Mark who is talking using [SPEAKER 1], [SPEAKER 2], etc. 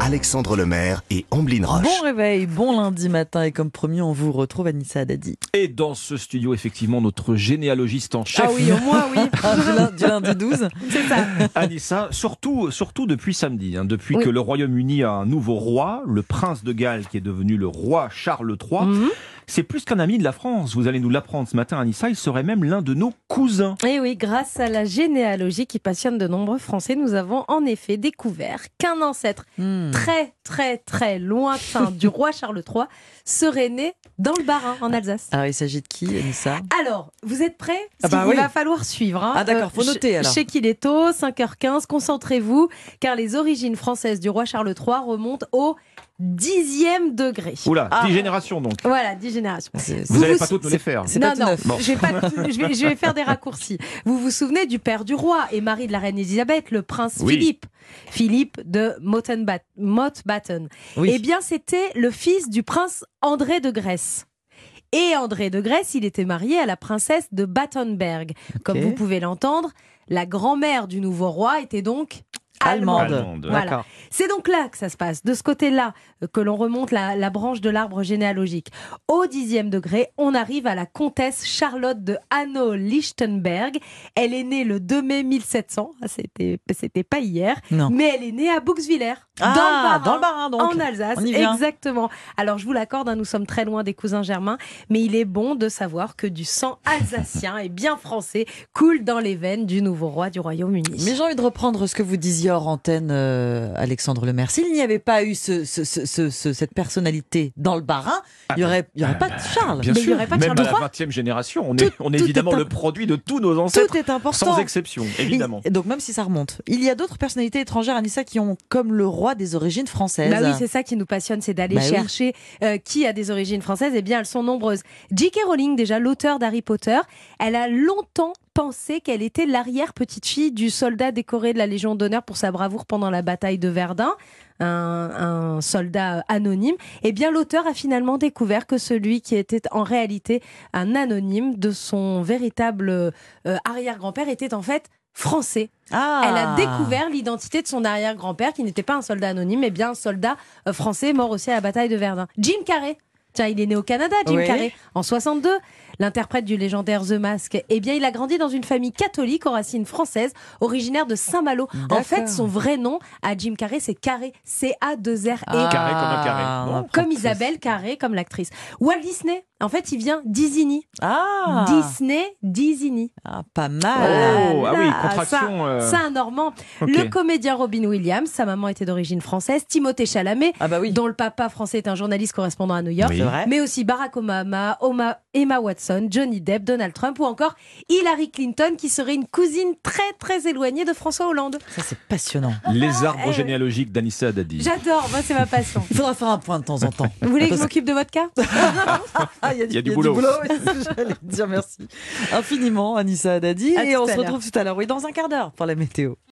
[SPEAKER 1] Alexandre Lemaire et Amblin Roche.
[SPEAKER 2] Bon réveil, bon lundi matin et comme promis, on vous retrouve Anissa Haddadi.
[SPEAKER 3] Et dans ce studio, effectivement, notre généalogiste en chef,
[SPEAKER 4] Ah oui, au moins, oui.
[SPEAKER 2] Ah, du, lin- du lundi 12.
[SPEAKER 4] C'est ça.
[SPEAKER 3] Anissa, surtout, surtout depuis samedi, hein, depuis
[SPEAKER 4] Oui.
[SPEAKER 3] que le Royaume-Uni a un nouveau roi, le prince de Galles qui est devenu le roi Charles III.
[SPEAKER 4] Mm.
[SPEAKER 2] Mhm.
[SPEAKER 3] C'est plus qu'un ami de la France, vous allez nous l'apprendre ce matin, Anissa, il serait même l'un de nos cousins.
[SPEAKER 4] Et oui, grâce à la généalogie qui passionne de nombreux Français, nous avons en effet découvert qu'un ancêtre
[SPEAKER 2] Hmm.
[SPEAKER 4] très, très, très lointain du roi Charles III serait né dans le Bas-Rhin, en Alsace.
[SPEAKER 2] Alors, Ah, il s'agit de qui, Anissa
[SPEAKER 4] Alors, vous êtes prêts
[SPEAKER 2] Ah bah
[SPEAKER 4] Il
[SPEAKER 2] oui.
[SPEAKER 4] va falloir suivre. hein.
[SPEAKER 2] Ah d'accord, faut
[SPEAKER 4] je-
[SPEAKER 2] noter, alors.
[SPEAKER 4] Je sais qu'il est tôt, 5h15, concentrez-vous, car les origines françaises du roi Charles III remontent au dixième degré.
[SPEAKER 3] Oula,
[SPEAKER 2] Ah.
[SPEAKER 3] 10 générations donc.
[SPEAKER 4] Voilà, dix générations.
[SPEAKER 2] C'est-
[SPEAKER 3] Vous
[SPEAKER 4] Vous
[SPEAKER 3] n'allez
[SPEAKER 4] vous-
[SPEAKER 3] pas toutes nous les faire.
[SPEAKER 2] C'est
[SPEAKER 4] non,
[SPEAKER 2] pas tout
[SPEAKER 4] non,
[SPEAKER 2] neuf.
[SPEAKER 4] Je, vais pas tout- je, vais, je vais faire des raccourcis. Vous vous souvenez du père du roi et mari de la reine Elisabeth, le prince
[SPEAKER 3] Oui.
[SPEAKER 4] Philippe. Philippe de Mottenbat- Mountbatten.
[SPEAKER 2] Oui.
[SPEAKER 4] Eh bien, c'était le fils du prince André de Grèce. Et André de Grèce, il était marié à la princesse de Battenberg. Comme
[SPEAKER 2] Ok.
[SPEAKER 4] vous pouvez l'entendre, la grand-mère du nouveau roi était donc
[SPEAKER 2] Allemande.
[SPEAKER 4] allemande.
[SPEAKER 3] Allemande.
[SPEAKER 4] Voilà.
[SPEAKER 2] D'accord.
[SPEAKER 4] C'est donc là que ça se passe, de ce côté-là euh, que l'on remonte la, la branche de l'arbre généalogique. Au dixième degré, on arrive à la comtesse Charlotte de Hanau-Lichtenberg. Elle est née le 2 mai 1700, Ah, c'était c'était pas hier,
[SPEAKER 2] Non.
[SPEAKER 4] mais elle est née à Bouxwiller,
[SPEAKER 2] Ah,
[SPEAKER 4] dans
[SPEAKER 2] dans
[SPEAKER 4] le
[SPEAKER 2] le barin,
[SPEAKER 4] Bas-Rhin,
[SPEAKER 2] donc.
[SPEAKER 4] en Alsace.
[SPEAKER 2] On y vient.
[SPEAKER 4] Exactement. Alors je vous l'accorde, hein, nous sommes très loin des cousins germains, mais il est bon de savoir que du sang alsacien et bien français coule dans les veines du nouveau roi du Royaume-Uni.
[SPEAKER 2] Mais j'ai envie de reprendre ce que vous disiez hors antenne, euh, Alexandre Lemaire. S'il n'y avait pas eu ce- ce- ce- ce- ce- cette personnalité dans le barin, il n'y aurait, il y aurait pas de Charles.
[SPEAKER 3] Ah. Bien
[SPEAKER 4] Mais il y
[SPEAKER 3] sûr,
[SPEAKER 4] aurait pas de
[SPEAKER 3] même
[SPEAKER 4] Charles
[SPEAKER 3] à la
[SPEAKER 4] III.
[SPEAKER 3] 20e génération, on
[SPEAKER 2] Tout-
[SPEAKER 3] est, on est
[SPEAKER 2] tout
[SPEAKER 3] évidemment
[SPEAKER 2] est un-
[SPEAKER 3] le produit de tous nos ancêtres,
[SPEAKER 2] Tout est important.
[SPEAKER 3] sans exception, évidemment.
[SPEAKER 2] Et Donc même si ça remonte, il y a d'autres personnalités étrangères, Anissa, qui ont comme le roi des origines françaises.
[SPEAKER 4] Bah oui, c'est ça qui nous passionne, c'est d'aller
[SPEAKER 2] Bah oui.
[SPEAKER 4] chercher euh, qui a des origines françaises. Eh bien, elles sont nombreuses. J.K. Rowling, déjà l'auteur d'Harry Potter, elle a longtemps pensé qu'elle était l'arrière-petite-fille du soldat décoré de la Légion d'honneur pour sa bravoure pendant la bataille de Verdun, un, un soldat euh, anonyme. Eh bien, l'auteur a finalement découvert que celui qui était en réalité un anonyme de son véritable euh, arrière-grand-père était en fait français.
[SPEAKER 2] Ah.
[SPEAKER 4] Elle a découvert l'identité de son arrière-grand-père, qui n'était pas un soldat anonyme, mais bien un soldat euh, français mort aussi à la bataille de Verdun. Jim Carrey. Tiens, il est né au Canada, Jim
[SPEAKER 2] Oui.
[SPEAKER 4] Carrey, en 62. L'interprète du légendaire The Mask. Eh bien, il a grandi dans une famille catholique aux racines françaises, originaire de Saint-Malo. En
[SPEAKER 2] D'accord.
[SPEAKER 4] fait, son vrai nom à Jim Carrey, c'est Carré, C-A-2-R-E.
[SPEAKER 2] Ah,
[SPEAKER 3] Carré comme un carré.
[SPEAKER 2] on
[SPEAKER 3] Bon.
[SPEAKER 2] apprend
[SPEAKER 4] E. Comme
[SPEAKER 2] tous.
[SPEAKER 4] Isabelle Carré, comme l'actrice. Walt Disney, en fait, il vient d'Isigny.
[SPEAKER 2] Ah.
[SPEAKER 4] Disney, d'Isigny.
[SPEAKER 2] Ah, pas
[SPEAKER 3] Oh,
[SPEAKER 2] mal.
[SPEAKER 4] Voilà,
[SPEAKER 3] ah oui,
[SPEAKER 4] ça,
[SPEAKER 3] contraction. euh,
[SPEAKER 4] Ça, un Normand.
[SPEAKER 3] ok.
[SPEAKER 4] Le comédien Robin Williams, sa maman était d'origine française, Timothée Chalamet,
[SPEAKER 2] Ah bah oui.
[SPEAKER 4] dont le papa français est un journaliste correspondant à New York,
[SPEAKER 3] Oui.
[SPEAKER 2] c'est vrai.
[SPEAKER 4] mais aussi Barack Obama, Oma- Emma Watson, Johnny Depp, Donald Trump ou encore Hillary Clinton, qui serait une cousine très très éloignée de François Hollande.
[SPEAKER 2] Ça c'est passionnant.
[SPEAKER 3] Les
[SPEAKER 4] Eh
[SPEAKER 3] arbres
[SPEAKER 4] ouais.
[SPEAKER 3] généalogiques d'Anissa Dadi.
[SPEAKER 4] J'adore, moi c'est ma passion.
[SPEAKER 2] Il faudra faire un point de temps en temps.
[SPEAKER 4] Vous voulez que je m'occupe de votre cas
[SPEAKER 2] Ah, il y a
[SPEAKER 3] du boulot.
[SPEAKER 2] oui, c'est ce que j'allais dire merci infiniment, Anissa Haddadi.
[SPEAKER 4] À
[SPEAKER 2] et
[SPEAKER 4] tout
[SPEAKER 2] on
[SPEAKER 4] à
[SPEAKER 2] se
[SPEAKER 4] l'heure.
[SPEAKER 2] retrouve tout à l'heure, oui, dans un quart d'heure pour la météo.